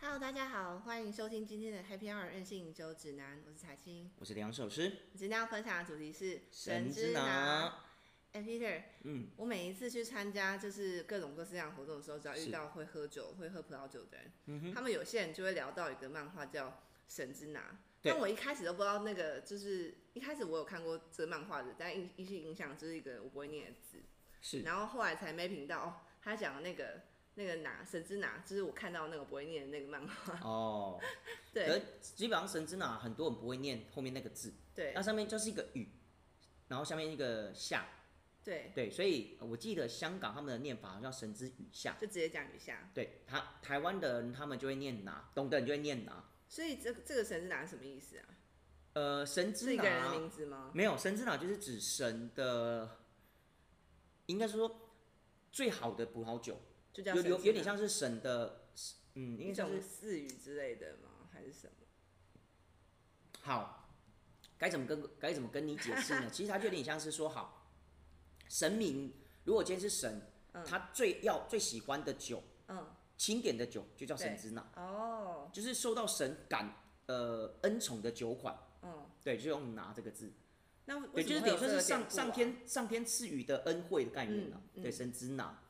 Hello，大家好，欢迎收听今天的 Happy Hour 任性饮酒指南，我是彩青。我是两首诗，我今天要分享的主题是神之拿。拿。哎、p e t e r 嗯，我每一次去参加就是各种各式各样的活动的时候，只要遇是嗯到会喝酒、会喝葡萄酒的人，他们有些人就会聊到一个漫画叫《神之拿》。对但我一开始都不知道那个，就是一开始我有看过这个漫画的，但一一些影响就是一个我不会念的字，是然后后来才没品到哦，他讲的那个那个拿神之拿，就是我看到那个不会念的那个漫画， 哦。可对是基本上神之拿很多人不会念后面那个字，对那上面就是一个雨，然后下面一个下，对，对，所以呃我记得香港他们的念法好像叫神之雨下，就直接讲一下。对，他台湾的人他们就会念拿，懂的人就会念拿。所以这这个神之拿是什么意思啊？呃，神之是一个人拿的名字吗？没有神之拿就是指神的，应该说最好的葡萄酒，就叫神有有之拿有点像是神的，嗯，应一该像是种四语之类的吗？还是什么？好，该怎么跟该怎么跟你解释 呢？其实它就有点像是说，好，神明如果今天是神，嗯他最要最喜欢的酒，嗯，清点的酒就叫神之拿，哦，就是受到神感呃恩宠的酒款，嗯，对，就用拿这个字，那为对，就什是么等于会有这说个是典故上啊上天上天赐予的恩惠的概念啊，嗯嗯对，神之拿，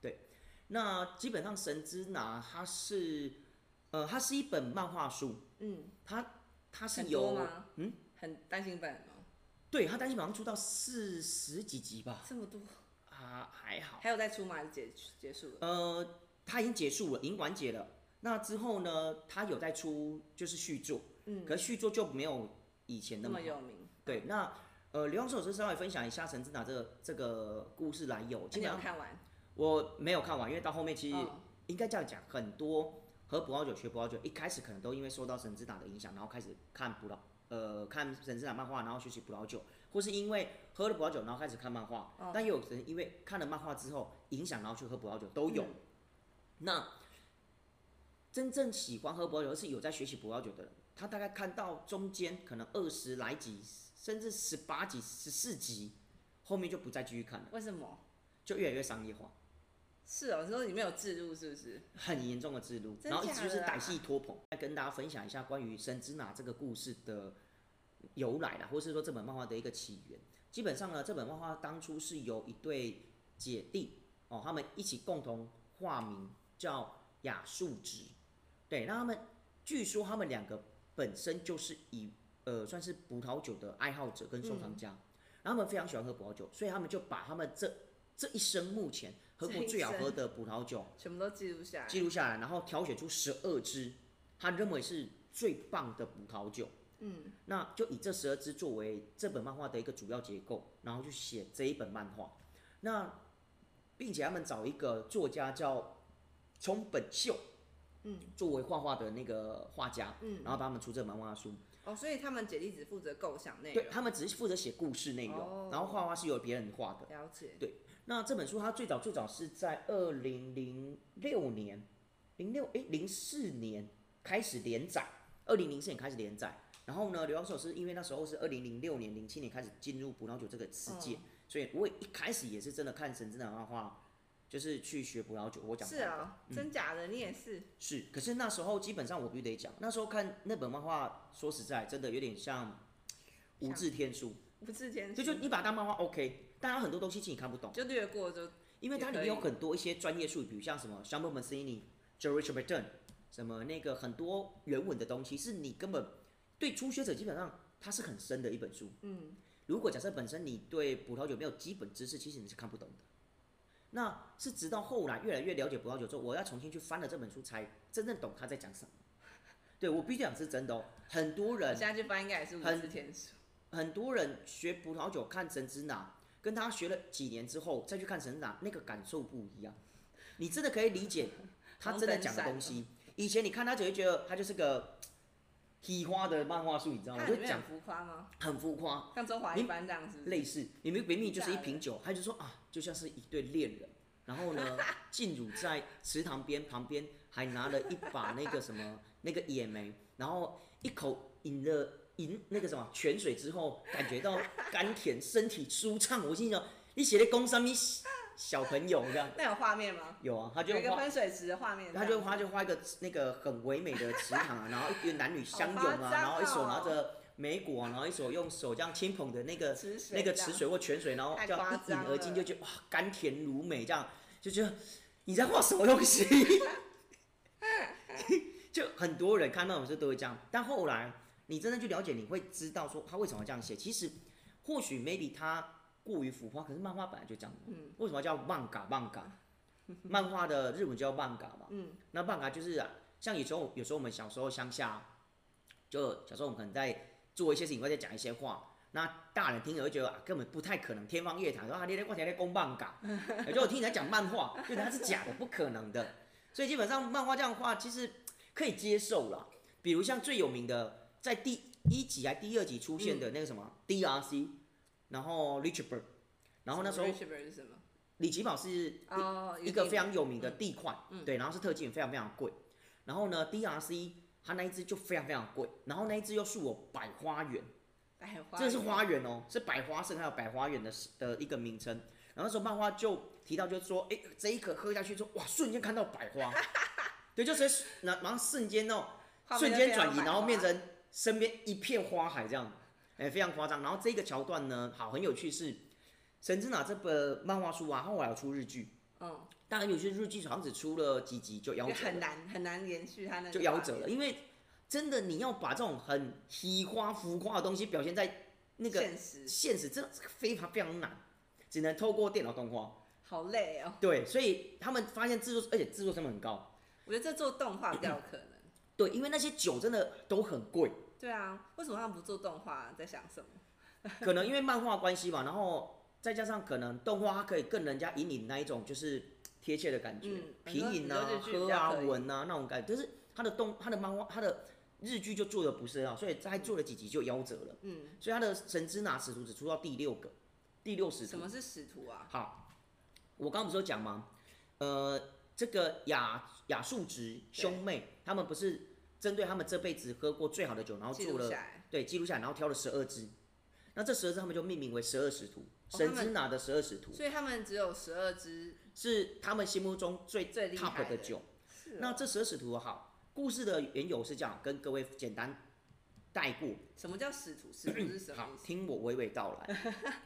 对，那基本上神之拿它是呃它是一本漫画书，嗯，它它是很多由吗？嗯，很担心本哦吗？对他单行本好像出到四十几集吧，这么多，啊，还好。还有再出吗？还是结结束了？呃，他已经结束了，已经完结了。那之后呢，他有再出就是续作，嗯，可是续作就没有以前那那么么好有名，对，那呃，刘教授是稍微分享一下《神之塔》这个这个故事来由。今基本天有上看完，我没有看完，因为到后面其实嗯应该这样讲，很多喝葡萄酒、学葡萄酒，一开始可能都因为受到神之塔的影响，然后开始看葡萄，呃，看神之塔漫画，然后学习葡萄酒，或是因为喝了葡萄酒，然后开始看漫画。嗯但也有人因为看了漫画之后影响，然后去喝葡萄酒，都有。嗯那真正喜欢喝葡萄酒，而是有在学习葡萄酒的人，他大概看到中间可能二十来集，甚至十八集、十四集，后面就不再继续看了，为什么？就越来越商业化。是哦，你说里面有置入是不是？很严重的自撸，真然后一直就是假的啊歹戏拖棚。再跟大家分享一下关于《神之拿》这个故事的由来啦，或是说这本漫画的一个起源。基本上呢，这本漫画当初是由一对姐弟哦，他们一起共同化名叫雅树直。对，那他们据说他们两个本身就是以呃算是葡萄酒的爱好者跟收藏家，嗯然后他们非常喜欢喝葡萄酒，所以他们就把他们这这一生目前喝过这一最好生喝的葡萄酒。全部都记录下来记，录下来，然后挑选出十二支他认为是最棒的葡萄酒。嗯，那就以这十二支作为这本漫画的一个主要结构，然后去写这一本漫画。那并且他们找一个作家叫冲本秀，嗯，作为画画的那个画家，嗯然后帮他们出这本漫画书。哦，所以他们姐弟只负责构想内对容，他们只是负责写故事内容，哦然后画画是由别人画的。了解，那这本书它最早最早是在二零零六年，零六诶零四年开始连载，二零零四年开始连载。然后呢，刘教授是因为那时候是二零零六年、零七年开始进入葡萄酒这个世界，嗯所以我一开始也是真的看神之的漫画，就是去学葡萄酒。我讲嗯是啊，真假的你也是，是，可是那时候基本上我必须得讲，那时候看那本漫画，说实在真的有点像无字天书，不是天这就你把它当漫画 OK，但它很多东西其实你看不懂。就略过就因为它里面有很多一些专业术语，比如像什么 s h a m b o Mancini、George Burton，什么那个很多原文的东西，是你根本对初学者基本上它是很深的一本书。嗯，如果假设本身你对葡萄酒没有基本知识，其实你是看不懂的。那是直到后来越来越了解葡萄酒之后，我要重新去翻了这本书，才真正懂他在讲什么。对我必须讲是真的哦，很多我人现在嗯去翻应该也是无很字天书，很多人学葡萄酒看神之拿，跟他学了几年之后再去看神之拿，那个感受不一样。你真的可以理解他真的讲的东西。以前你看他只会觉得他就是个喜花的漫画书，你知道吗？它就里面讲很浮夸吗？很浮夸，像中华一般这样是不是？类似你们明明就是一瓶酒，他就说啊，就像是一对恋人。然后 呢，静茹在池塘边旁边还拿了一把那个什 么那个野莓，然后一口饮了饮那个什么泉水之后，感觉到甘甜，身体舒畅。我心想，你写的工商你小朋友这样。那有画面吗？有啊，他就有一个画，喷水池的画面，他就他就画一个那个很唯美的池塘啊，然后一对男女相拥好夸啊，张然后一手哦拿着梅果啊，然后一手用手这样轻捧的那个池水那个这样池水或泉水，然后太这夸样一饮张而尽，了就觉得哇甘甜如美，这样就觉得你在画什么东西？ 就很多人看到我时候都会这样，但后来你真的去了解，你会知道说他为什么这样写。其实或许 maybe 他过于浮夸，可是漫画本来就这样。嗯为什么叫漫嘎漫嘎？漫画的日文叫漫嘎嘛。嗯，那漫嘎就是、啊、像有时候有时候我们小时候乡下，就小时候我们可能在做一些事情，或者讲一些话。那大人听了会觉得、啊、根本不太可能，天方夜谭，说啊，你在光才在公漫嘎，也就我听人家讲漫画，就它是假的，不可能的。所以基本上漫画这样画其实可以接受啦。比如像最有名的，在第一集还第二集出现的那个什么、DRC，然后 r i c h b e r d 然后那时候 r i c h b e r 是什么？李奇堡是哦，一个有非常有名的嗯地块，嗯对，然后是特技也非常非常贵。然后呢，DRC 它那一只就非常非常贵，然后那一只又是我百花园，百花，这是花园哦，是百花盛开有百花园的的一个名称。然后那时候漫画就提到，就是说，哎，这一颗喝下去之后，哇，瞬间看到 百花，对，就是那然后瞬间哦，画面瞬就间变转成移，百然后花变成身边一片花海这样，哎、非常夸张。然后这个桥段呢，好，很有趣是，神之哪这本漫画书啊，后来有出日剧，嗯，当然有些日剧好像只出了几集就夭就折很了，难很难延续它那个就画夭折面了，因为真的你要把这种很虚花浮夸的东西表现在那个现实现实，真的是非常非常难，只能透过电脑动画。好累哦。对，所以他们发现制作，而且制作成本很高。我觉得这做动画比较有可能。对，因为那些酒真的都很贵，对啊，为什么他们不做动画啊？在想什么？ 可能因为漫画关系嘛，然后再加上可能动画它可以更人家引领那一种就是贴切的感觉，嗯品饮啊很多、日剧比喝较啊、可以闻啊那种感觉。就是它的动、它的漫画、它的日剧就做的不是很好，所以它做了几集就夭折了。嗯，所以它的神之拿使徒只出到第六个，第六使什徒么。是使徒啊？好，我刚刚不是有讲吗？呃，这个雅雅树直兄妹他们不是针对他们这辈子喝过最好的酒，然后记做录了下来，对，记录下来，然后挑了十二支。那这十二支他们就命名为十二使徒，哦神他们之拿的十二使徒所以他们只有十二只，是他们心目中最最厉 top 害的酒。是哦那这十二使徒好，故事的缘由是这样，跟各位简单带过。什么叫使徒？使徒是什嗯好么意，思？听我娓娓道来。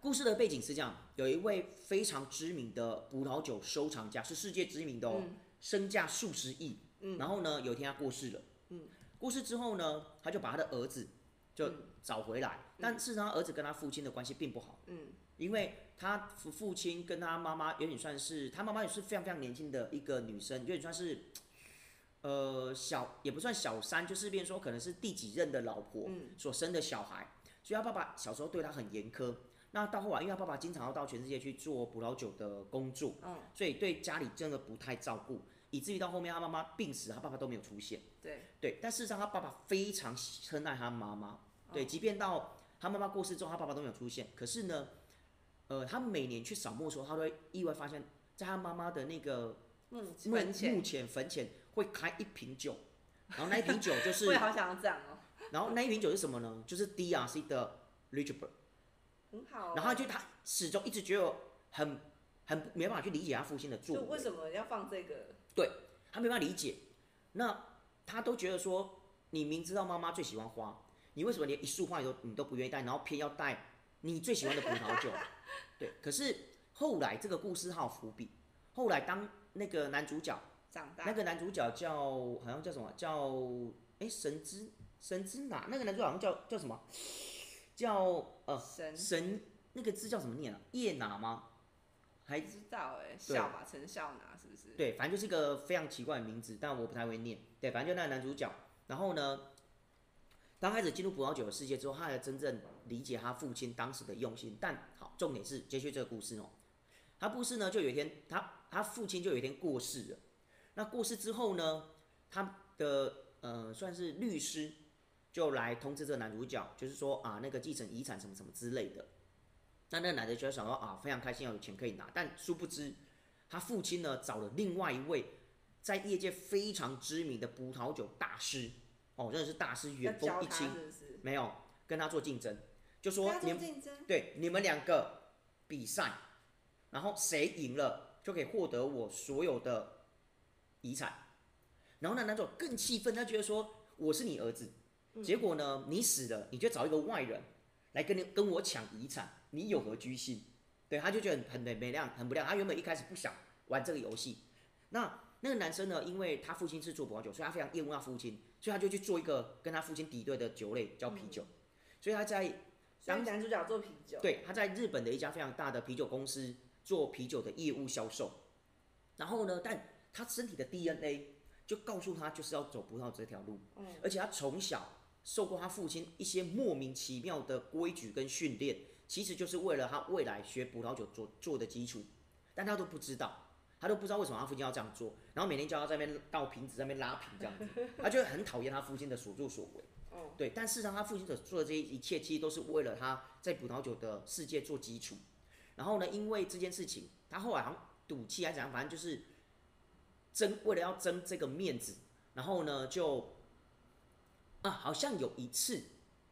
故事的背景是这样，有一位非常知名的葡萄酒收藏家，是世界知名的哦，嗯身价数十亿。嗯然后呢，有一天他过世了。嗯，过世之后呢，他就把他的儿子就嗯找回来，但事实上他儿子跟他父亲的关系并不好。嗯因为他父父亲跟他妈妈有点算是，他妈妈也是非常非常年轻的一个女生，有点算是，呃，小也不算小三，就是变成说可能是第几任的老婆嗯所生的小孩，所以他爸爸小时候对他很严苛。那到后来，因为他爸爸经常要到全世界去做葡萄酒的工作，嗯，所以对家里真的不太照顾，以至于到后面他妈妈病死，他爸爸都没有出现。对，对，但事实上他爸爸非常疼爱他妈妈，对，哦即便到他妈妈过世之后，他爸爸都没有出现。可是呢，呃，他每年去扫墓的时候，他都会意外发现，在他妈妈的那个嗯，墓本钱墓前坟前会开一瓶酒，然后那一瓶酒 就是我也，好想要这样哦，然后那一瓶酒是什么呢？就是 DRC 的 r i c h b e r 很好哦。然后他就他始终一直觉得很很没办法去理解他父亲的作就为，为什么要放这个？他没办法理解。那他都觉得说，你明知道妈妈最喜欢花，你为什么连一束花你都你都不愿意带，然后偏要带你最喜欢的葡萄酒？对，可是后来这个故事还有伏笔。后来当那个男主角，长大那个男主角叫好像叫什么叫哎、神之神之哪？那个男主角好像叫叫什么？叫呃神神那个字叫什么念啊？叶哪吗？还不知道哎，笑嘛，陈笑拿是不是？对，反正就是一个非常奇怪的名字，但我不太会念。对，反正就那个男主角，然后呢，刚开始进入葡萄酒的世界之后，他才真正理解他父亲当时的用心。但好，重点是接续这个故事哦。他故事呢，就有一天，他他父亲就有一天过世了。那过世之后呢，他的呃算是律师就来通知这个男主角，就是说啊那个继承遗产什么什么之类的。那那个男的就想说啊非常开心，有钱可以拿，但殊不知他父亲呢找了另外一位在业界非常知名的葡萄酒大师，哦，真的是大师要远教风一他清，是不是？没有跟他做竞争，就说跟他你做们竞争，对你们两个比赛，然后谁赢了就可以获得我所有的遗产。然后呢，男主角更气愤，他觉得说我是你儿子，结果呢，你死了，你就找一个外人来跟你跟我抢遗产，你有何居心？对，他就觉得很没没量，很不量。他原本一开始不想玩这个游戏，那那个男生呢，因为他父亲是做葡萄酒，所以他非常厌恶他父亲，所以他就去做一个跟他父亲敌对的酒类，叫啤酒。所以他在所以男主角做啤酒，，对，他在日本的一家非常大的啤酒公司做啤酒的业务销售。然后呢，但他身体的 DNA 就告诉他就是要走葡萄这条路，嗯，而且他从小受过他父亲一些莫名其妙的规矩跟训练，其实就是为了他未来学葡萄酒做做的基础，但他都不知道。他都不知道为什么他父亲要这样做，然后每天叫他在那边倒瓶子，在那边拉瓶这样子，他就很讨厌他父亲的所作所为。哦，对，但事实上他父亲所做的这一切，其实都是为了他在葡萄酒的世界做基础。然后呢，因为这件事情，他后来好像赌气还是怎样，反正就是争为了要争这个面子，然后呢就啊，好像有一次，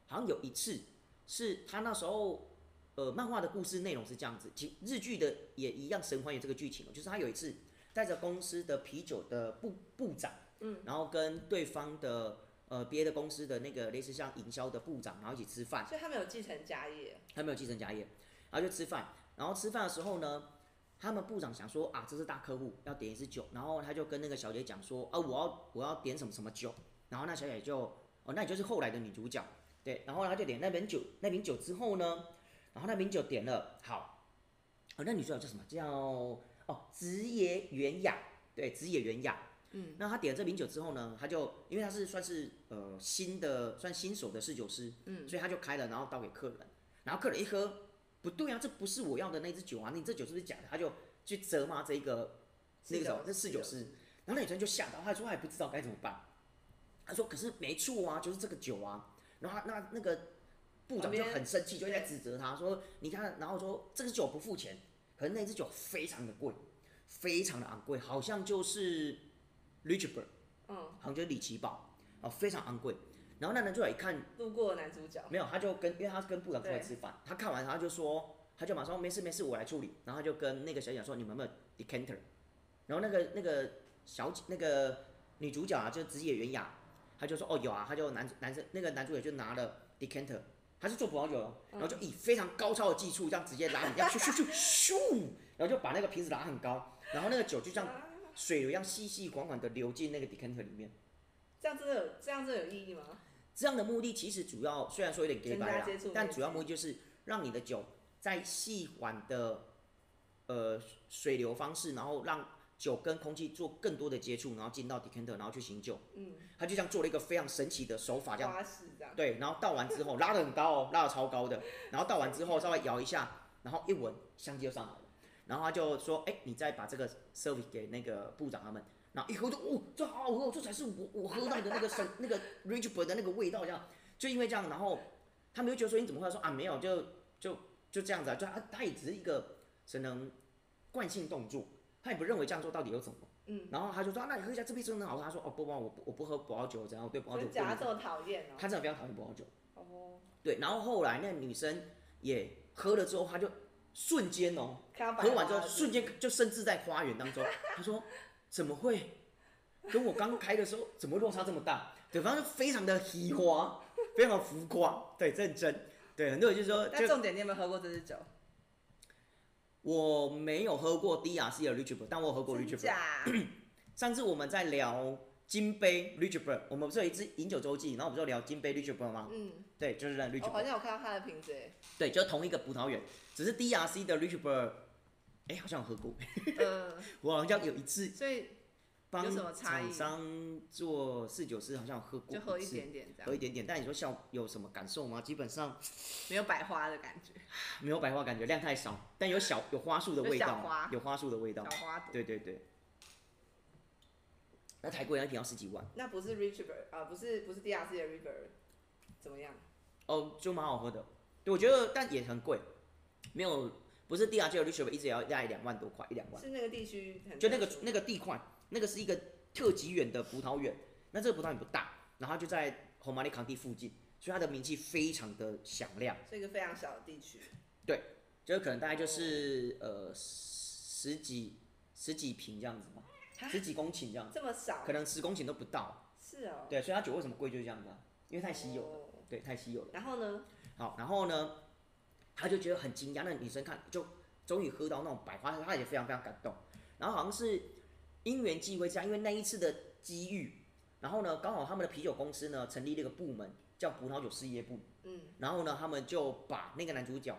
好像有一次是他那时候。呃，漫画的故事内容是这样子，其日剧的也一样神还原这个剧情哦，就是他有一次带着公司的啤酒的部部长，嗯，然后跟对方的呃别的公司的那个类似像营销的部长，然后一起吃饭，所以他们有继承家业，他没有继承家业，然后就吃饭，然后吃饭的时候呢，他们部长想说啊，这是大客户，要点一支酒，然后他就跟那个小姐讲说啊，我要我要点什么什么酒，然后那小姐就哦，那你就是后来的女主角，对，然后他就点那瓶酒，那瓶酒之后呢，然后那瓶酒点了，好，哦，那女主角叫什么？叫哦，直野原雅，对，直野原雅。嗯，那他点了这瓶酒之后呢，他就因为他是算是呃新的算新手的侍酒师，嗯所以他就开了，然后倒给客人，然后客人一喝，不对啊，这不是我要的那支酒啊，你这酒是不是假的？他就去责骂这一个那个什么，这侍酒师，嗯然后那女生就吓到，她说她也不知道该怎么办。她说：“可是没错啊，就是这个酒啊。”然后她那那个部长旁就边很生气，就在指责她说：“你看，然后说这个酒不付钱，可是那支酒非常的贵，非常的昂贵，好像就是 r i c h b e r 嗯，好像就是李奇堡啊，非常昂贵。”然后那男主角一看路过的男主角，没有，他就跟，因为他跟部长出来吃饭，他看完他就说，他就马上说没事没事，我来处理。然后他就跟那个小姐讲说，你们有没有 decanter？然后那个那个小姐那个女主角啊，就是职业袁雅，她就说哦有啊，她就男男生那个男主角就拿了 decanter，他是做葡萄酒哦，然后就以非常高超的技术这样直接拉你，这样 咻咻咻咻，然后就把那个瓶子拉很高，然后那个酒就这样啊水流一样细细缓缓的流进那个 decanter 里面。这样真的有这样真的有意义吗？这样的目的其实主要虽然说有点 gay 增加白啦接触面，但积主要目的就是让你的酒在细缓的呃水流方式，然后让酒跟空气做更多的接触，然后进到 decanter，然后去醒酒。嗯，他就这样做了一个非常神奇的手法，这样花式这样，对，然后倒完之后拉的很高哦，拉的超高的，然后倒完之后稍微摇一下，然后一闻香气就上来了，然后他就说：“哎，你再把这个 service 给那个部长他们。”然后一喝就哦，这好好喝哦，这才是我我喝到的那个神那个 rich bird 的那个味道，这样就因为这样，然后他们就觉得说你怎么会说啊没有就就就这样子啊，就他他也只是一个只能惯性动作，他也不认为这样做到底有什么，嗯，然后他就说、啊、那你喝一下这杯真的很好喝，他说哦不不我不我不喝葡萄酒，这样我对葡萄所酒以不理假的解这么讨厌哦，他真的非常讨厌葡萄酒。哦，对，然后后来那女生也喝了之后，她就瞬间哦，看到喝完之白花后是瞬间就甚至在花园当中，她说怎么会跟我刚开的时候怎么落差这么大？对，反正就非常的奇花，非常的浮夸，对，认真，对，很多人就说但就重点，你有没有喝过这支酒？我没有喝过 DRC 的 r i c h b e r 但我有喝过 r i c h 真 b e r 假？上次我们在聊金杯 r i c h b e r 我们不是有一支饮酒周记，然后我们就聊金杯 r i c h b e r 吗？嗯，对，就是那 r i c h 我好 b e r 像有看到他的瓶子 耶，对，就是同一个葡萄园，只是 DRC 的 r i c h b e r 哎，好像有喝过。 嗯，我好像有一次所以帮有什么差异厂商做四九四，好像有喝过，就喝一，点点这喝样，一点点。但你说效有什么感受吗？基本上 没有百花的感觉，没有百花，感觉量太少，但有小有花束的有味小道，花有花束的味道小。花朵。对对对。那台贵那一瓶要十几万那不是 River 啊、不是不是 DRC 的 River，怎么样？哦，就蛮好喝的。对，我觉得但也很贵，没有不是 DRG 的 r i c h 一直也要大概两万多块，一两万。是那个地区很就那个特殊那个地块，那个是一个特级园的葡萄园，那这个葡萄园不大，然后它就在红马里康蒂附近，所以它的名气非常的响亮。是一个非常小的地区，就是可能大概就是呃十几十几平这样子嘛，十几公顷这样子，啊这么少可，能十公顷都不到。是哦，对，所以它酒为什么贵就是这样子啊，因为太稀有了，了。对，太稀有了。然后呢，好，然后呢，他就觉得很惊讶，那女生看就终于喝到那种百花，她也非常非常感动。然后好像是因缘际会下，因为那一次的机遇，然后呢，刚好他们的啤酒公司呢成立了一个部门叫葡萄酒事业部，嗯，然后呢，他们就把那个男主角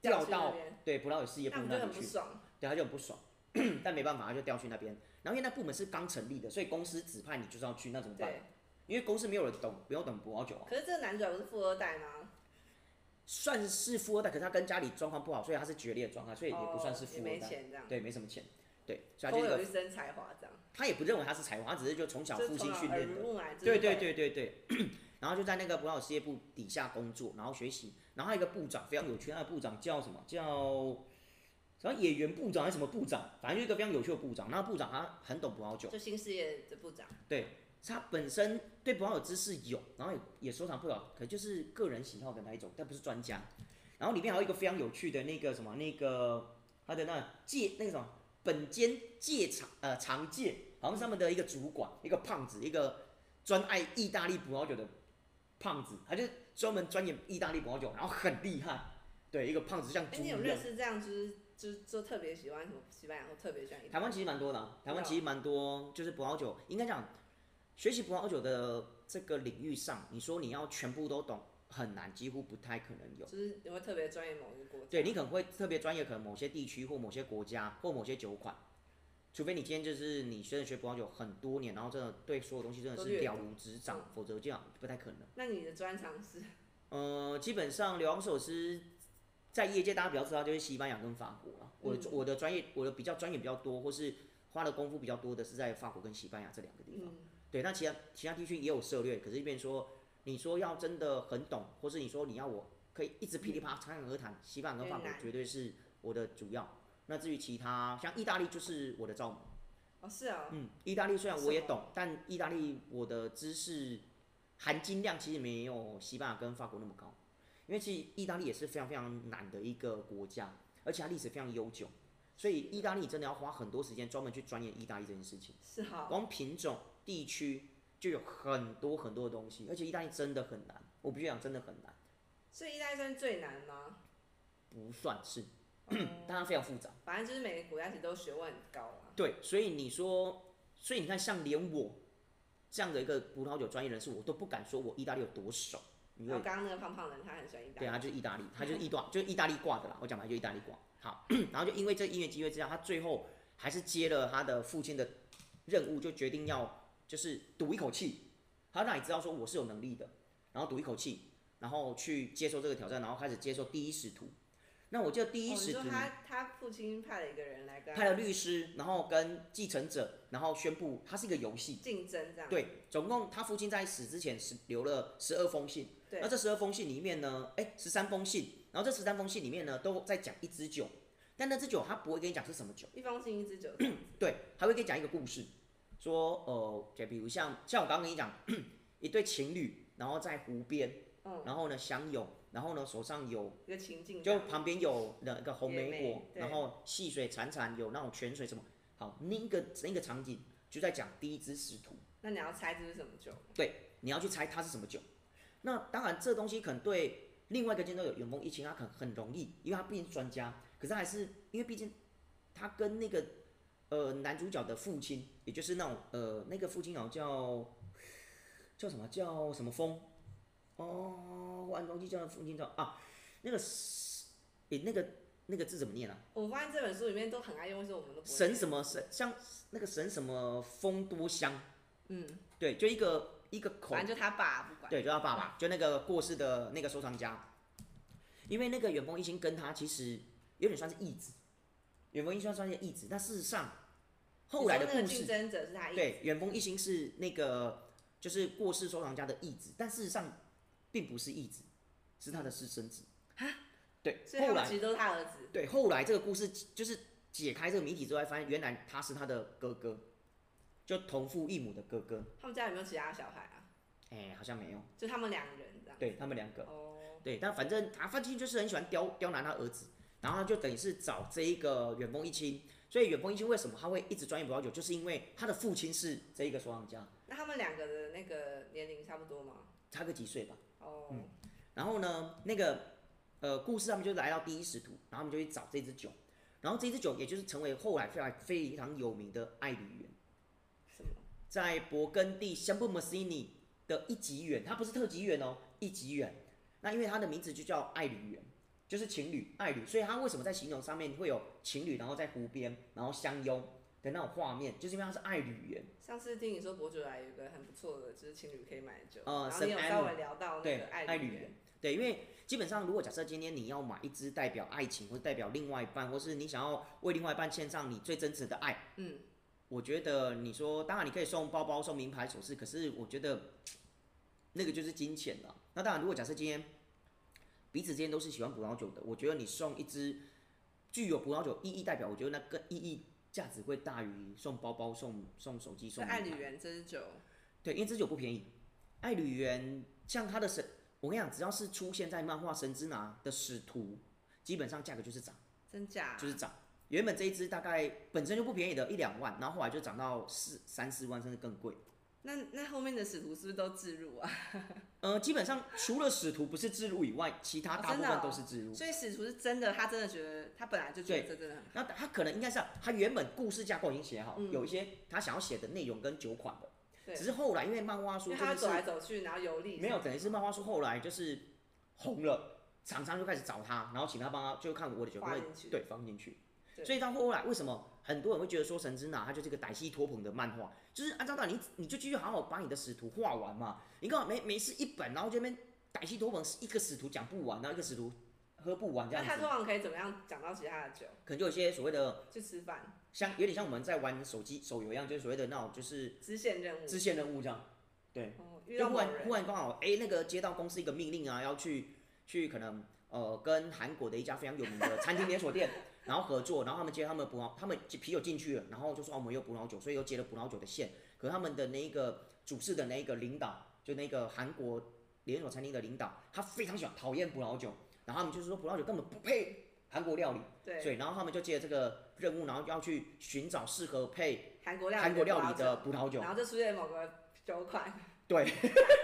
调调去那到边对葡萄酒事业部那我就那很里不去，爽。对，他就很不爽， 但没办法，他就调去那边。然后因为那部门是刚成立的，所以公司指派你就是要去，那怎么办对？，因为公司没有人懂，不要懂葡萄酒啊，可是这个男主角不是富二代吗？算是富二代，可是他跟家里状况不好，所以他是决裂的状态，所以也不算是哦也富没二代，钱这样，对，没什么钱，对，所以他颇就是有一一个，身才华这样，他也不认为他是才华，他只是就从小就父是从亲小训耳练的，濡目染，就是对对会，对对对， 然后就在那个葡萄酒事业部底下工作，然后学习，然后还有一个部长非常有趣，那个部长叫什么？叫什么野原部长还是什么部长？反正就一个非常有趣的部长。那个部长他很懂葡萄酒，就新事业的部长，是他本身对葡萄酒知识有，然后也也收藏不了，可就是个人喜好的那一种，但不是专家。然后里面还有一个非常有趣的那个什么那个他的那戒那个什么本间戒长呃长戒，好像是他们的一个主管，一个胖子，一个专爱意大利葡萄酒的胖子，他就专门钻研意大利葡萄酒，然后很厉害。对，一个胖子像哎，猪你一有样。认识这样就是就是就特别喜欢什么西班牙，我特别喜欢意大台利湾其实蛮多的啊、台湾对啊其实蛮多，就是葡萄酒，应该讲学习葡萄酒的这个领域上，你说你要全部都懂很难，几乎不太可能有。就是你会特别专业某一个国家，对你可能会特别专业，可能某些地区或某些国家或某些酒款，除非你今天就是你真的学葡萄酒很多年，然后真的对所有东西真的都略是懂了如指掌，否则这样不太可能。那你的专长是呃，基本上流浪首诗在业界大家比较知道就是西班牙跟法国了。我的、嗯我的专业我的比较专业比较多，或是花的功夫比较多的是在法国跟西班牙这两个地方。嗯，对，那其他其他地区也有涉略，可是一边说你说要真的很懂，或是你说你要我可以一直噼里啪啦侃侃而谈，西班牙跟法有国点难绝对是我的主要。那至于其他像意大利就是我的罩门。哦是哦，嗯，意大利虽然我也什懂么，但意大利我的知识含金量其实没有西班牙跟法国那么高，因为其实意大利也是非常非常难的一个国家，而且它历史非常悠久，所以意大利真的要花很多时间专门去钻研意大利这件事情。是好，光品种、地区就有很多很多的东西，而且意大利真的很难，我必须讲真的很难，所以意大利算最难吗？不算是， 哦但它非常复杂。反正就是每个国家其实都学问很高啊。对，所以你说，所以你看，像连我这样的一个葡萄酒专业人士，我都不敢说我意大利有多熟，因然为后刚刚那个胖胖的人，他哦很喜欢意大对，啊利，他就是意大利，他嗯就是意大，就是意大利挂的啦。我讲白就意大利挂。好，然后就因为这音乐机会之下，他最后还是接了他的父亲的任务，就决定要就是赌一口气，他让你知道说我是有能力的，然后赌一口气，然后去接受这个挑战，然后开始接受第一使徒。那我记得第一哦你使徒、说他他父亲派了一个人来跟他派了律师，然后跟继承者，然后宣布它是一个游戏。竞争这样，对，总共他父亲在死之前是留了十二封信，对那这十二封信里面呢，哎，十三封信，然后这十三封信里面呢，都在讲一支酒，但那支酒他不会跟你讲是什么酒，一封信一 支酒这样子，对，还会跟你讲一个故事，说呃，就比如像像我刚刚跟你讲， 一对情侣，然后在湖边，嗯，然后呢相拥，然后呢手上有一个情境这就样，旁边有那个红野梅莓果，对然后细水潺潺，有那种泉水什么，好，那个那个场景就在讲第一支使徒。那你要猜这是什么酒？你要去猜它是什么酒。那当然，这东西可能对另外一个监督有永丰一清，他很很容易，因为他毕竟是专家。可是还是因为毕竟他跟那个呃男主角的父亲，也就是那种呃那个父亲好像叫叫什么叫什么峰哦，我按忘记叫他父亲叫啊那个是诶那个那个字怎么念啊？我发现这本书里面都很爱用一些我们都不会神什么神像那个神什么丰多香，嗯，对，就一个一个口反正就他爸不管，对，就他爸爸，就那个过世的那个收藏家，因为那个远峰一心跟他其实有点算是义子，远峰一心算是义子，但事实上后来的你说那故个竞事，争者是他一，对，远峰一心是那个就是过世收藏家的义子，但事实上并不是义子，是他的私生子。对，所以他后们来其实都是他儿子，对后来这个故事就是解开这个谜题之后，发现原来他是他的哥哥，就同父异母的哥哥。他们家有没有其他小孩啊？哎、好像没有，就他们两个人这样，对他们两个。哦，对，但反正他父亲就是很喜欢刁刁难他儿子，然后他就等于是找这一个远峰一清，所以远峰一清为什么他会一直专业葡萄酒，就是因为他的父亲是这一个收藏家，那他们两个的那个年龄差不多吗？差个几岁吧。哦，嗯然后呢，那个呃故事他们就来到第一使徒，然后他们就去找这支酒，然后这支酒也就是成为后来非常非常有名的爱侣园，什么？在勃艮第香布 m a s i n i 的一级园，它不是特级园哦，一级园。那因为它的名字就叫爱侣园，就是情侣爱侣，所以它为什么在形容上面会有情侣，然后在湖边，然后相拥的那种画面，就是因为它是爱侣园。上次听你说博主来有一个很不错的，就是情侣可以买的酒，呃然后你有圣安稍诺微聊到那对，个爱侣侣园，对，因为基本上如果假设今天你要买一支代表爱情，或者代表另外一半，或是你想要为另外一半献上你最真挚的爱，嗯，我觉得你说，当然你可以送包包、送名牌首饰，可是我觉得那个就是金钱了。那当然，如果假设今天彼此之间都是喜欢葡萄酒的，我觉得你送一支具有葡萄酒意义代表，我觉得那个意义价值会大于送包包、送送手机、所送以名牌爱侣园这支酒，对，因为这酒不便宜。爱侣园像它的神，我跟你讲，只要是出现在漫画《神之拿》的使徒，基本上价格就是涨，真假啊？就是涨。原本这一只大概本身就不便宜的，一两万，然后后来就涨到四三四万，甚至更贵。那那后面的使徒是不是都置入啊？呃，基本上除了使徒不是自入以外，其他哦大部真的分哦都是自入。所以使徒是真的，他真的觉得他本来就觉得这真的很那他可能应该是啊他原本故事架构已经写好，嗯有一些他想要写的内容跟酒款的，对只是后来因为漫画因书为真他的是走来走去，然后游历没有，等于是吗？漫画书后来就是红了，厂商就开始找他，然后请他帮他，就看我的酒画会进去对放进去。对所以到后来，为什么很多人会觉得说《神之拿》它就是一个歹戏托捧的漫画？就是按照道理，你你就继续好好把你的使徒画完嘛。你干嘛没没事一本，然后这边歹戏托捧，一个使徒讲不完，然后一个使徒喝不完这那样他子通，常可以怎么样讲到其他的酒？可能就有一些所谓的去吃饭，像有点像我们在玩手机手游一样，就是所谓的那种就是支线任务。支线任务这样。对，哦，遇就到忽某然人忽然刚好，哎、那个接到公司一个命令啊，要去去可能呃跟韩国的一家非常有名的餐厅连锁店，然后合作，然后他们接他们的葡萄，他们啤酒进去了，然后就说、哦我们有葡萄酒，所以又接了葡萄酒的线。可他们的那一个主事的那一个领导，就那个韩国连锁餐厅的领导，他非常喜欢讨厌葡萄酒，然后他们就是说葡萄酒根本不配韩国料理，所对以然后他们就接了这个任务，然后要去寻找适合配韩国料韩国料理葡萄酒的葡萄酒然。后就出现某个酒款，对，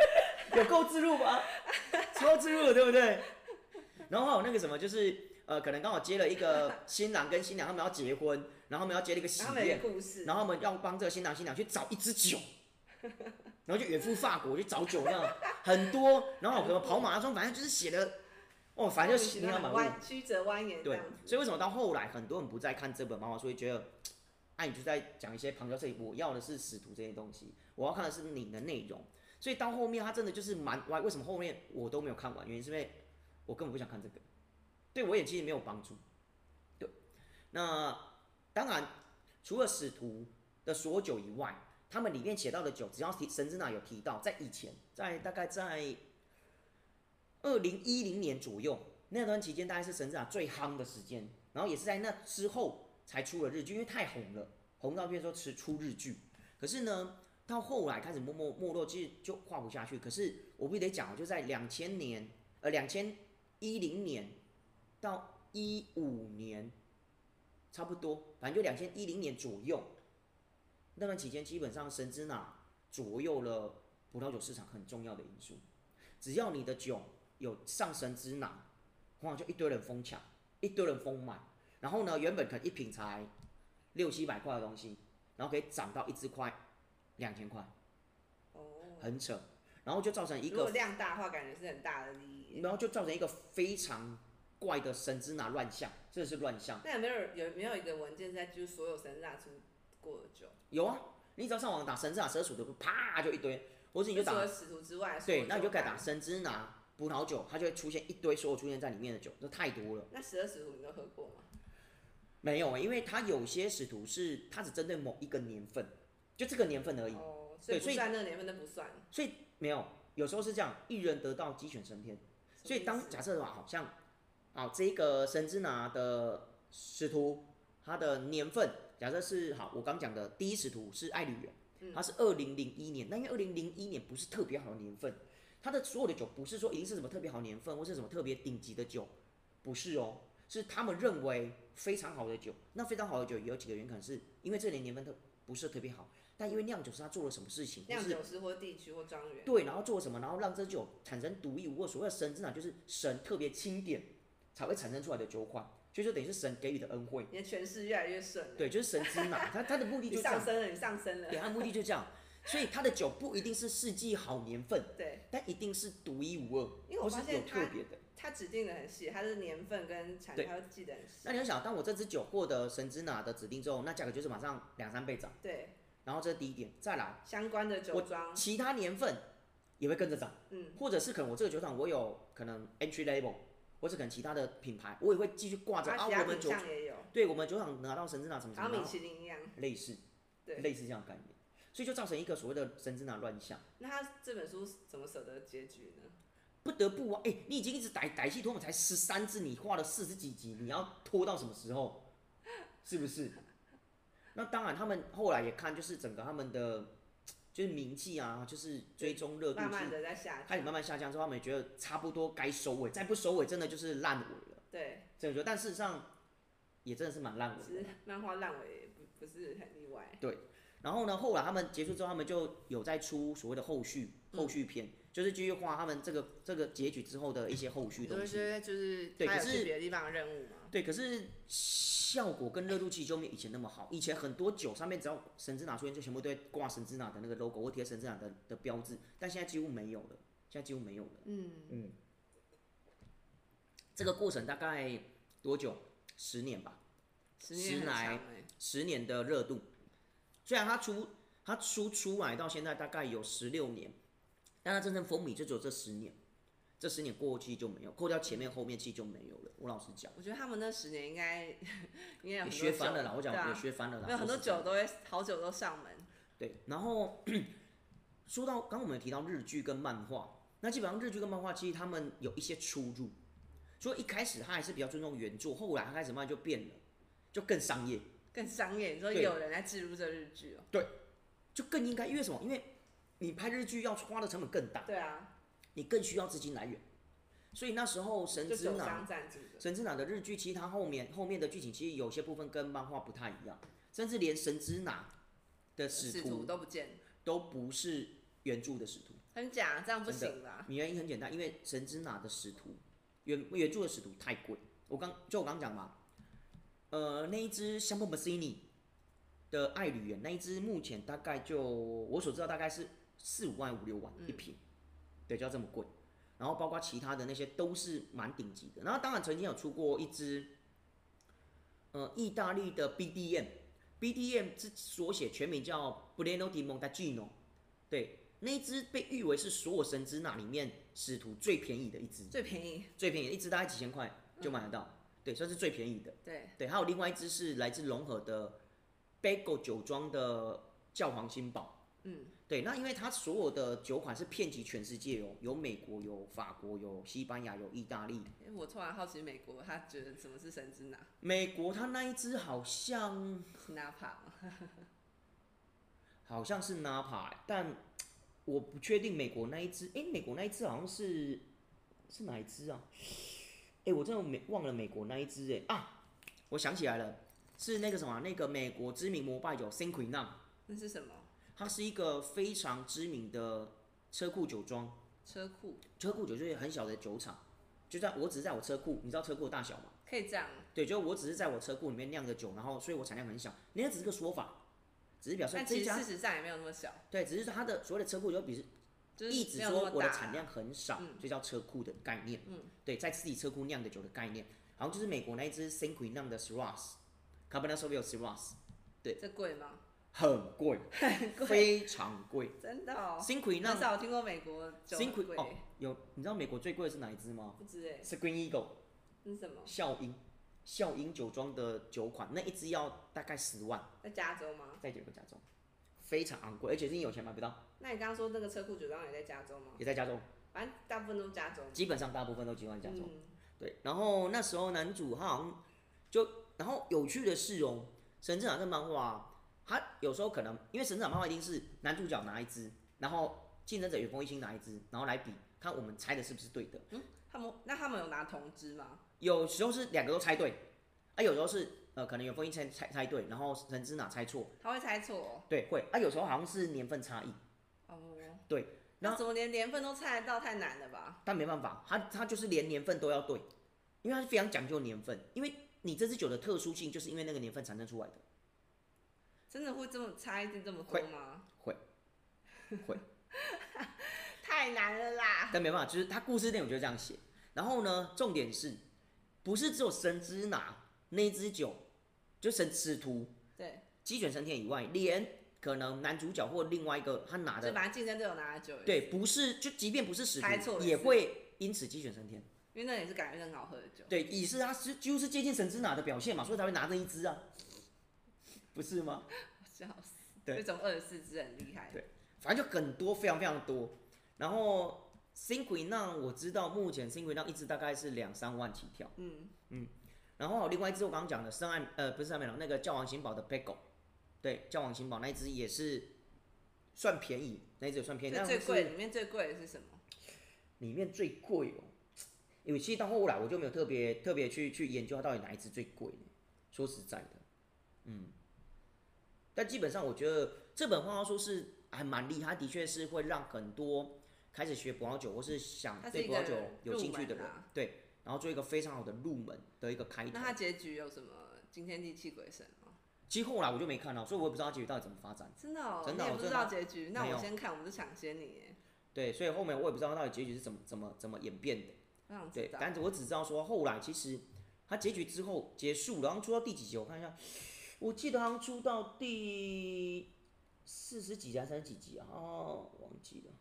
有够自入吗？超自入的，对不对？然后还有那个什么，就是呃，可能刚好接了一个新郎跟新娘，他们要结婚，然后他们要接了一个喜然后每宴，个故事，然后他们要帮这个新郎新娘去找一支酒，然后就远赴法国去找酒，那样很多。然后什么跑马拉松，反正就是写的，哦，反正就是琳琅满目。弯曲折蜿蜒这对样，所子。以为什么到后来很多人不再看这本漫画书，会觉得，哎、你就在讲一些旁敲侧击，我要的是使徒这些东西，我要看的是你的内容。所以到后面他真的就是蛮歪，为什么后面我都没有看完？原因是因为我根本不想看这个，对我也其实没有帮助。对，那当然除了使徒的所有酒以外，他们里面写到的酒，只要提神之那有提到，在以前，在大概在二零一零年左右那段期间，大概是神之塔最夯的时间，然后也是在那之后才出了日剧，因为太红了，红到变成说吃出日剧。可是呢，到后来开始没没没落，其实就画不下去。可是我必须得讲，就在两千年，呃，两千一零年到一五年，差不多，反正就两千一零年左右那段期间，基本上神之塔左右了葡萄酒市场很重要的因素。只要你的酒有上神之囊，往往就一堆人疯抢，一堆人疯买。然后呢，原本可能一瓶才六七百块的东西，然后可以涨到一支块两千块，哦，很扯。然后就造成一如果个，量大的话，感觉是很大的利益。然后就造成一个非常怪的神之拿乱象，真的是乱象。那有没有有没有一个文件在就是所有神纳出过的酒，有啊，你只要上网打神之拿蛇鼠的，啪就一堆，或者你就打除了使徒之外，所有对，那你就酒款改打。神之拿葡萄酒，它就会出现一堆所有出现在里面的酒，这太多了。那十二使徒你都喝过吗？没有、因为它有些使徒是它只针对某一个年份，就这个年份而已，哦，所以对不所以算那个年份都不算。所以没有。有时候是这样，一人得道鸡犬升天。所以当假设的话，好像啊，这个神之拿的使徒，他的年份假设是好，我刚讲的第一使徒是爱侣嗯人，他是二零零一年，那因为二零零一年不是特别好的年份，他的所有的酒不是说一定是什么特别好年份或是什么特别顶级的酒，不是哦，是他们认为非常好的酒。那非常好的酒有几个原因，可能是因为这里年份特不是特别好，但因为酿酒师他做了什么事情，或酿是酒师或地区或庄园，对，然后做什么，然后让这酒产生独一无二。所谓的神之奶，就是神特别钦点才会产生出来的酒款，所以就等于是神给予的恩惠。你的诠释越来越顺了。对，就是神之奶，它它的目的你就是这上样，升了，你上升对，了。它的目的就这样。所以它的酒不一定是世纪好年份，对，但一定是独一无二，因为我或是发有现特他别的。他指定的很细，他的年份跟产，对他会记得很细那。你要想，当我这支酒获得神之拿的指定之后，那价格就是马上两三倍涨。对，然后这是第一点，再来相关的酒我庄，其他年份也会跟着涨，嗯，或者是可能我这个酒厂我有可能 entry level，或是可能其他的品牌，我也会继续挂着它啊，其他我们品酒相也有，对我们酒厂拿到神之拿什么什然么，后米然后其林一样。类似对，类似这样的概念，所以就造成一个所谓的神之拿乱象。那他这本书怎么舍得结局呢？不得不啊，哎、你已经一直逮逮戏拖，我们才十三支，你画了四十几集，你要拖到什么时候？是不是？那当然，他们后来也看，就是整个他们的就是名气啊，就是追踪热度慢慢是的在下开始降。慢慢下降之后，他们也觉得差不多该收尾，再不收尾真的就是烂尾了。对，这个就，但事实上也真的是蛮烂其尾实的。漫画烂尾也不不是很意外。然后呢，后来他们结束之后，他们就有在出所谓的后续后续篇，就是继续画他们这个这个结局之后的一些后续你东西。会觉得就是对他有可是去别的地方的任务吗？对，可是效果跟热度其实就没有以前那么好。以前很多酒上面只要神之拿出现，就全部都会挂神之拿的那个 logo 或贴神之拿的的标志，但现在几乎没有了，现在几乎没有了。嗯，嗯，这个过程大概多久？十年吧，十年很十来长欸十年的热度。虽然它出它出出来到现在大概有十六年，但它真正风靡就只有这十年。这十年过去就没有，扣掉前面后面其实就没有了。我老实讲。我觉得他们那十年应该 应该有也很多学翻酒了啦，我讲对啊也学翻了啦，没有很说多实在酒。都会好酒都上门。对，然后 说到刚刚我们有提到日剧跟漫画，那基本上日剧跟漫画其实他们有一些出入，所以一开始他还是比较尊重原作，后来他开始慢慢就变了，就更商业，更商业，你说对有人来置入这日剧哦、就更应该因为什么？因为你拍日剧要花的成本更大，对啊，你更需要资金来源，所以那时候神就之酒囊商赞助的，神之哪的日剧，其实它后面后面的剧情其实有些部分跟漫画不太一样，甚至连神之哪的使使徒徒都不见，都不是原著的使徒。很假，这样不真的行啦。原因很简单，因为神之拿的使徒原原著的使徒太贵。我刚就我刚讲嘛，呃，那一只香波 Messini 的爱侣园那一只，目前大概就我所知道大概是四五万五六万嗯一瓶，对，就要这么贵。然后包括其他的那些都是蛮顶级的。然后当然曾经有出过一支，呃，意大利的 BDM，BDM 是缩写全名叫 Breno di Montalcino，对，那一只被誉为是所有神之那里面使徒最便宜的一只，最便宜，最便宜的一只大概几千块就买得到，对，算是最便宜的。对，对，还有另外一只是来自龙河的 Bagel 酒庄的教皇新堡。嗯，对，那因为它所有的酒款是遍及全世界哦，有美国，有法国，有西班牙，有意大利。因为我突然好奇美国，他觉得什么是神之拿？美国它那一只好像是 Napa 吗？好像是 Napa，欸但我不确定美国那一只。诶，美国那一只好像是是哪一只啊？诶，我真的没忘了美国那一只诶啊！我想起来了，是那个什么，啊那个美国知名膜拜酒 s i n q u i n a 那是什么？它是一个非常知名的车库酒庄，车库车库酒就是很小的酒厂，就在我只是在我车库，你知道车库的大小吗？可以这样，对，就是我只是在我车库里面酿的酒，然后所以我产量很小，那只是个说法，只是表示但这其实一家事实上也没有那么小，对，只是它的所谓的车库就比就是一嗯直没有那说么我的大产量很少，嗯就叫车库的概念。嗯，对，在自己车库酿的酒的概念，然后就是美国那一只 s i n q u i n a 的 Shiraz。Cabernet Sauvignon Shiraz 这贵吗？很贵， 很贵，非常贵。真的哦。 s i n q u i n 很 a 少听过美国酒 s i n 很 q u 贵 i，哦，有你知道美国最贵的是哪一支吗不知哎， ？Screen Eagle 那是什么？笑鹰，笑鹰酒庄的酒款，那一支要大概十万，在加州吗？在九个加州，非常昂贵，而且是你有钱买不到，那你刚刚说那个车库酒庄也在加州吗？也在加州，反正大部分都加州嘛。基本上大部分都集中在加州。嗯对，然后那时候男主他好像就，然后有趣的是哦，神之长跟漫画啊，他有时候可能因为神之长漫画一定是男主角拿一支，然后竞争者远风一星拿一支，然后来比看我们猜的是不是对的。他们那他们有拿铜枝吗？有时候是两个都猜对，啊，有时候是呃可能有封印猜猜猜对，然后神之哪猜错，他会猜错对，会啊，有时候好像是年份差异，哦。哦对，那那怎么连年份都猜得到？太难了吧？但没办法，它它就是连年份都要对，因为它是非常讲究年份，因为你这支酒的特殊性就是因为那个年份产生出来的。真的会这么差一点这么多会吗？会，会，太难了啦！但没办法，就是他故事内容就是这样写。然后呢，重点是不是只有神之拿那一支酒，就神使徒对，鸡犬升天以外，连可能男主角或另外一个他拿就的，把竞争对手拿了酒，，啊对，不是就即便不是使猜错徒，了也是会因此鸡犬升天。因为那也是感觉很好喝的酒。对，以是他是几乎是接近神之拿的表现嘛，所以才会拿那一支啊，不是吗？ 笑死！对这种二十四支很厉害。对反正就很多，非常非常多。然后 s i n q u i n a 我知道目前 s i n q u i n a 一支大概是两三万起跳。嗯，然后另外一只我刚刚讲的圣爱呃不是圣爱美容那个教皇新堡的 Bagel，对，教皇新堡那一只也是算便宜，那一只也算便宜，那但最是贵里面最贵的是什么？里面最贵哦。因为其实到后来我就没有特别特别去去研究它到底哪一只最贵呢说实在的，嗯，但基本上我觉得这本花花书是还蛮厉害，它的确是会让很多开始学葡萄酒或是想它是对一葡萄个酒有入兴趣门的人啊，对，然后做一个非常好的入门的一个开头。那它结局有什么惊天地泣鬼神吗？其实后来我就没看到，所以我也不知道结局到底怎么发展。真的哦，真你的也我不真知的哦道结局。那没我有先看，我们就抢先你耶，对，所以后面我也不知道到底结局是怎么怎么怎么演变的。我想知对，道。但是我只知道说后来其实它结局之后结束，然后出到第几集？我看一下，我记得好像出到第四十几集还是三十几集啊？哦，忘记了。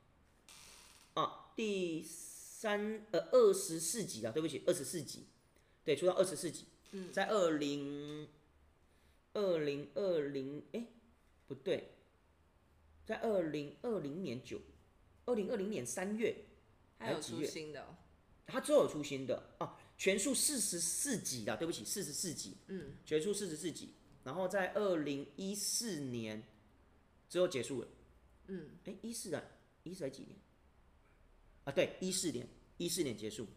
啊，第三呃二十四集啊，对不起，二十四集。对，出到二十四集，嗯，在二零二零二零哎不对，在二零二零年九二零二零年三月还有哎还有几出月新的哦。它最后有出新的啊，全数四十四集啊的，对不起，四十四集，嗯，全数四十四集，然后在二零一四年之后结束了，嗯，哎，一四啊，一四还几年？啊，对，一四年，一四年结束，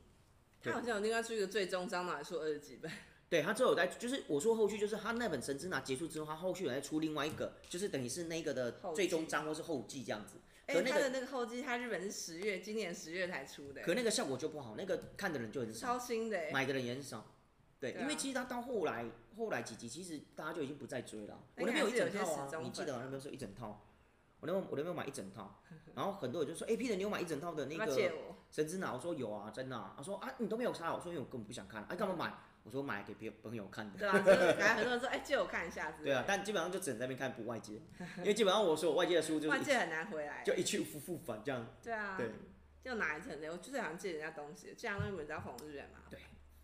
它好像有另外出一个最终章嘛，还出二十几本。对他最后有在，就是我说后续就是他那本《神之拿》结束之后，他后续有在出另外一个，就是等于是那个的后记最终章或是后记这样子，哎、可那它个的那个后记，它日本是十月，今年十月才出的耶，可那个效果就不好，那个看的人就很超少。新的耶。欸买的人也很少。对，对啊因为其实他到后来后来几集，其实大家就已经不再追了。那我应那该边还是有一有整些套死啊，忠你记粉得我那边是一整套，我那边我那边有买一 整套，然后很多人就说：“哎、p e t e r 你有买一整套的那要不要借个我？神之哪？”我说：“有啊，在那。”他说：“啊，你都没有查？”我说：“因为我根本不想看。”哎，干嘛买？我说：“买给别朋友看的。”对啊，就是感觉很多人说，哎、借我看一下之类对的啊，但基本上就只能在那边看不 外接，因为基本上我说我外接的书就是换一借很难回来。欸就一去不复返这样。对啊，对，就哪一层的，我就是想借人家东西，这样东西你知道红日人嘛？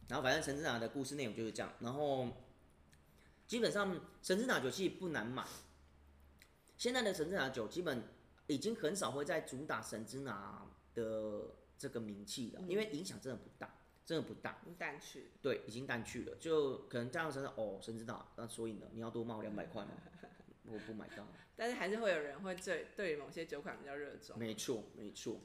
然后反正神之塔的故事内容就是这样，然后基本上神之塔酒其实不难买，现在的神之塔酒基本已经很少会在主打神之塔的这个名气了，嗯因为影响真的不大，真的不大，你敢去？对，已经淡去了，就可能加上神之塔哦，神之塔，那所以呢，你要多冒两百块吗？我不买账。但是还是会有人会对对于某些酒款比较热衷。没错，没错。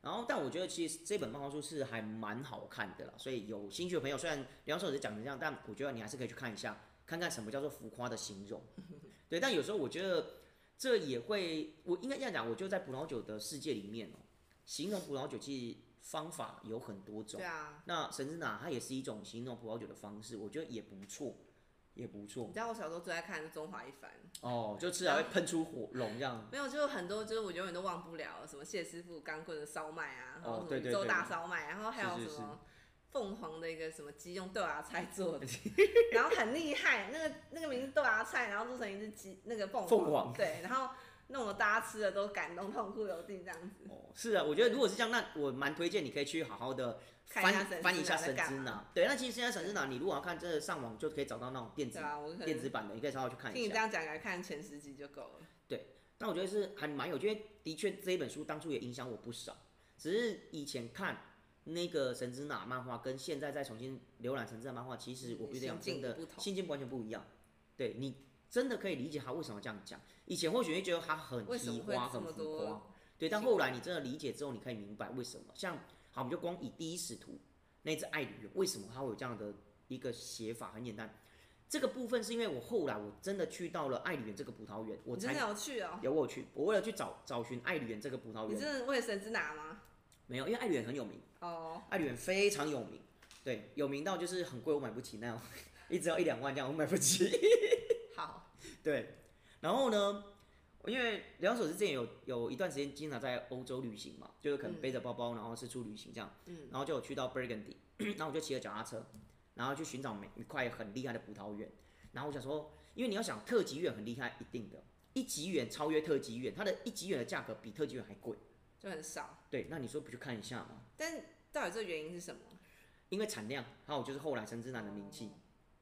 然后，但我觉得其实这本漫画书是还蛮好看的啦，所以有兴趣的朋友，虽然梁老师讲成这样，但我觉得你还是可以去看一下，看看什么叫做浮夸的形 容。对，但有时候我觉得这也会，我应该这样讲，我就在葡萄酒的世界里面哦，形容葡萄酒其实方法有很多种对。啊，那神之拿它也是一种形容葡萄酒的方式，我觉得也不错，也不你错知道我小时候最爱看的是《中华一番》，哦，就吃起来会喷出火龙这样。没有，就是很多就是我永远都忘不了，什么谢师傅钢棍的烧麦啊，然哦后什么对对宇宙对大烧麦，然后还有是什是么凤凰的一个什么鸡用豆芽菜做 的，然后很厉害，那个那个名字豆芽菜，然后做成一只鸡，那个凤凤凰对，然后弄得大家吃的都感动痛哭流涕这样子。哦，是啊，我觉得如果是这样，那我蛮推荐你可以去好好的看一翻下神之翻一下拿在神干之嘛拿。对，那其实现在神之拿，你如果要看，真的上网就可以找到那种电子对啊，我可能电子版的，你可以稍微去看听你一这下。样讲，来看前十集就够了。但我觉得是还蛮有趣，因为的确这一本书当初也影响我不少，只是以前看那个神之拿漫画，跟现在再重新浏览神之拿漫画，其实我嗯必须心讲境真的不同心境完全不一样。对你真的可以理解他为什么这样讲，以前或许会觉得他很为什提么会花，这很么浮夸。多？对，但行后来你真的理解之后，你可以明白为什么。像好，我们就光以第一使徒那只爱旅人为什么它会有这样的一个写法？很简单，这个部分是因为我后来我真的去到了爱旅人这个葡萄园，我你真才的有去哦、有我有去，我为了去找找寻爱旅人这个葡萄你园，真的为神之拿吗？没有，因为爱旅人很有名，哦，爱旅人非常有名，对，有名到就是很贵，我买不起那种，一直要一两万这样，我买不起。 好，对，然后呢，因为两手之前有有一段时间经常在欧洲旅行嘛，就是可能背着包包，然后四处旅行这样，嗯然后就有去到 Burgundy，然 后我就骑着脚踏车，然后去寻找每一块很厉害的葡萄园，然后我想说，因为你要想特级园很厉害，一定的，一级园超越特级园，它的一级园的价格比特级园还贵，就很少。对，那你说不去看一下吗？但到底这原因是什么？因为产量，还有就是后来神之南的名哦气，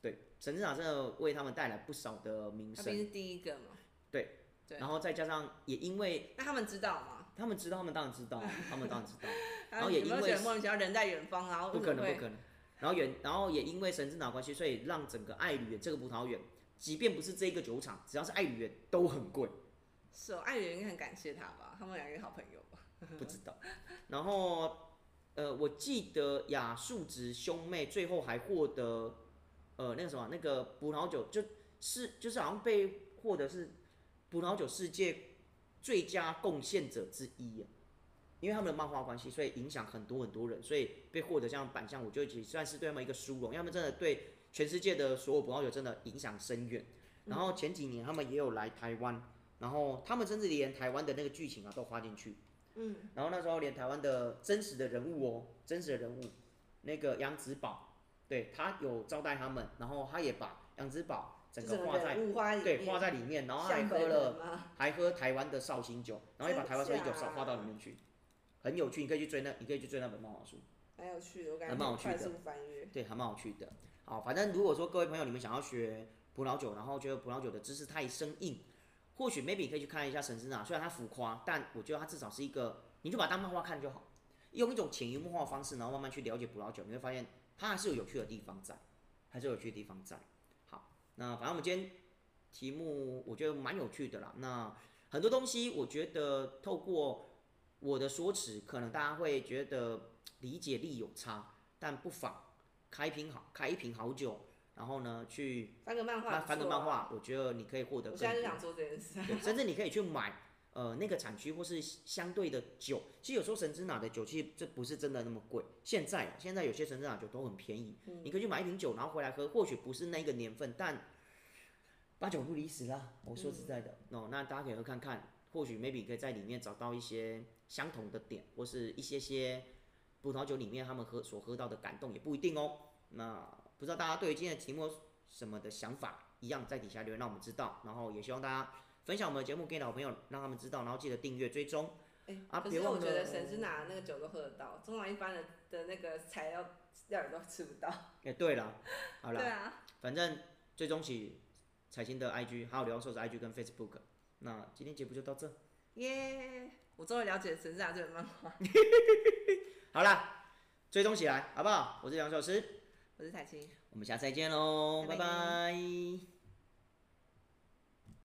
对，神之南真的为他们带来不少的名他毕声，竟是第一个嘛，对然后再加上也因为那他们知道吗？他们知道，他们当然知道啊，他们当然知道， 他然后们也有没有因觉为得莫名其妙人在远方，啊然后不可能，不会可能。然后也，然后也因为神之岛关系，所以让整个爱旅园这个葡萄园，即便不是这一个酒厂，只要是爱旅园都很贵，是哦，爱媛应该很感谢他吧？他们两个是好朋友吧？不知道。然后，呃，我记得雅树子兄妹最后还获得，呃，那个什么，那个葡萄酒就是就是好像被获得是葡萄酒世界最佳贡献者之一耶。因为他们的漫画关系，所以影响很多很多人，所以被获得这样的版项，我觉得也算是对他们一个殊荣。因为他们真的对全世界的所有葡萄酒真的影响深远。然后前几年他们也有来台湾，然后他们甚至连台湾的那个剧情啊都花进去。嗯，然后那时候连台湾的真实的人物哦，真实的人物，那个杨子宝，对他有招待他们，然后他也把杨子宝整个画在雾花里对画面在里面，然后还像喝人了吗？还喝台湾的绍兴酒，然后也把台湾绍兴酒真假画到里面去，很有趣，你可以去追那，你可以去追那本漫画书，蛮有趣的，我感还觉蛮有可以快趣的速翻阅。对，还蛮有趣的。好，反正如果说各位朋友你们想要学葡萄酒，然后觉得葡萄酒的知识太生硬，或许 maybe 你可以去看一下《神之纳》，虽然它浮夸，但我觉得它至少是一个，你就把它当漫画看就好，用一种潜移默化的方式，然后慢慢去了解葡萄酒，你会发现它还是有有趣的地方在，还是有趣的地方在。好，那反正我们今天题目我觉得蛮有趣的啦。那很多东西我觉得透过我的说辞，可能大家会觉得理解力有差，但不妨开一瓶好开一瓶好酒，然后呢去翻个漫画，啊翻翻个漫，画，我觉得你可以获得我更现在就多。想做这件事。对，甚至你可以去买呃那个产区或是相对的酒。其实有时候神之拿的酒，其实这不是真的那么贵。现在啊，现在有些神之拿酒都很便宜，你可以去买一瓶酒，然后回来喝，或许不是那个年份，但八九不离十啦。我说实在的，哦，那大家可以喝看看，或许 maybe 可以在里面找到一些相同的点，或是一些些葡萄酒里面他们喝所喝到的感动，也不一定哦。那不知道大家对于今天的题目有什么的想法，一样在底下留言让我们知道，然后也希望大家。分享我们的节目给老朋友，让他们知道，然后记得订阅追踪。哎啊可别是忘我觉得了神之拿的那个酒都喝得到，中华一般的的那个材料料理都吃不到。哎、对了，好对了，啊，反正追踪起彩星的 IG，还有刘教授的 IG 跟 Facebook。那今天节目就到这，耶！我终于了解神之拿这本漫画。好啦，追踪起来好不好？我是梁老师，我是彩青。我们下次再见喽，拜拜拜拜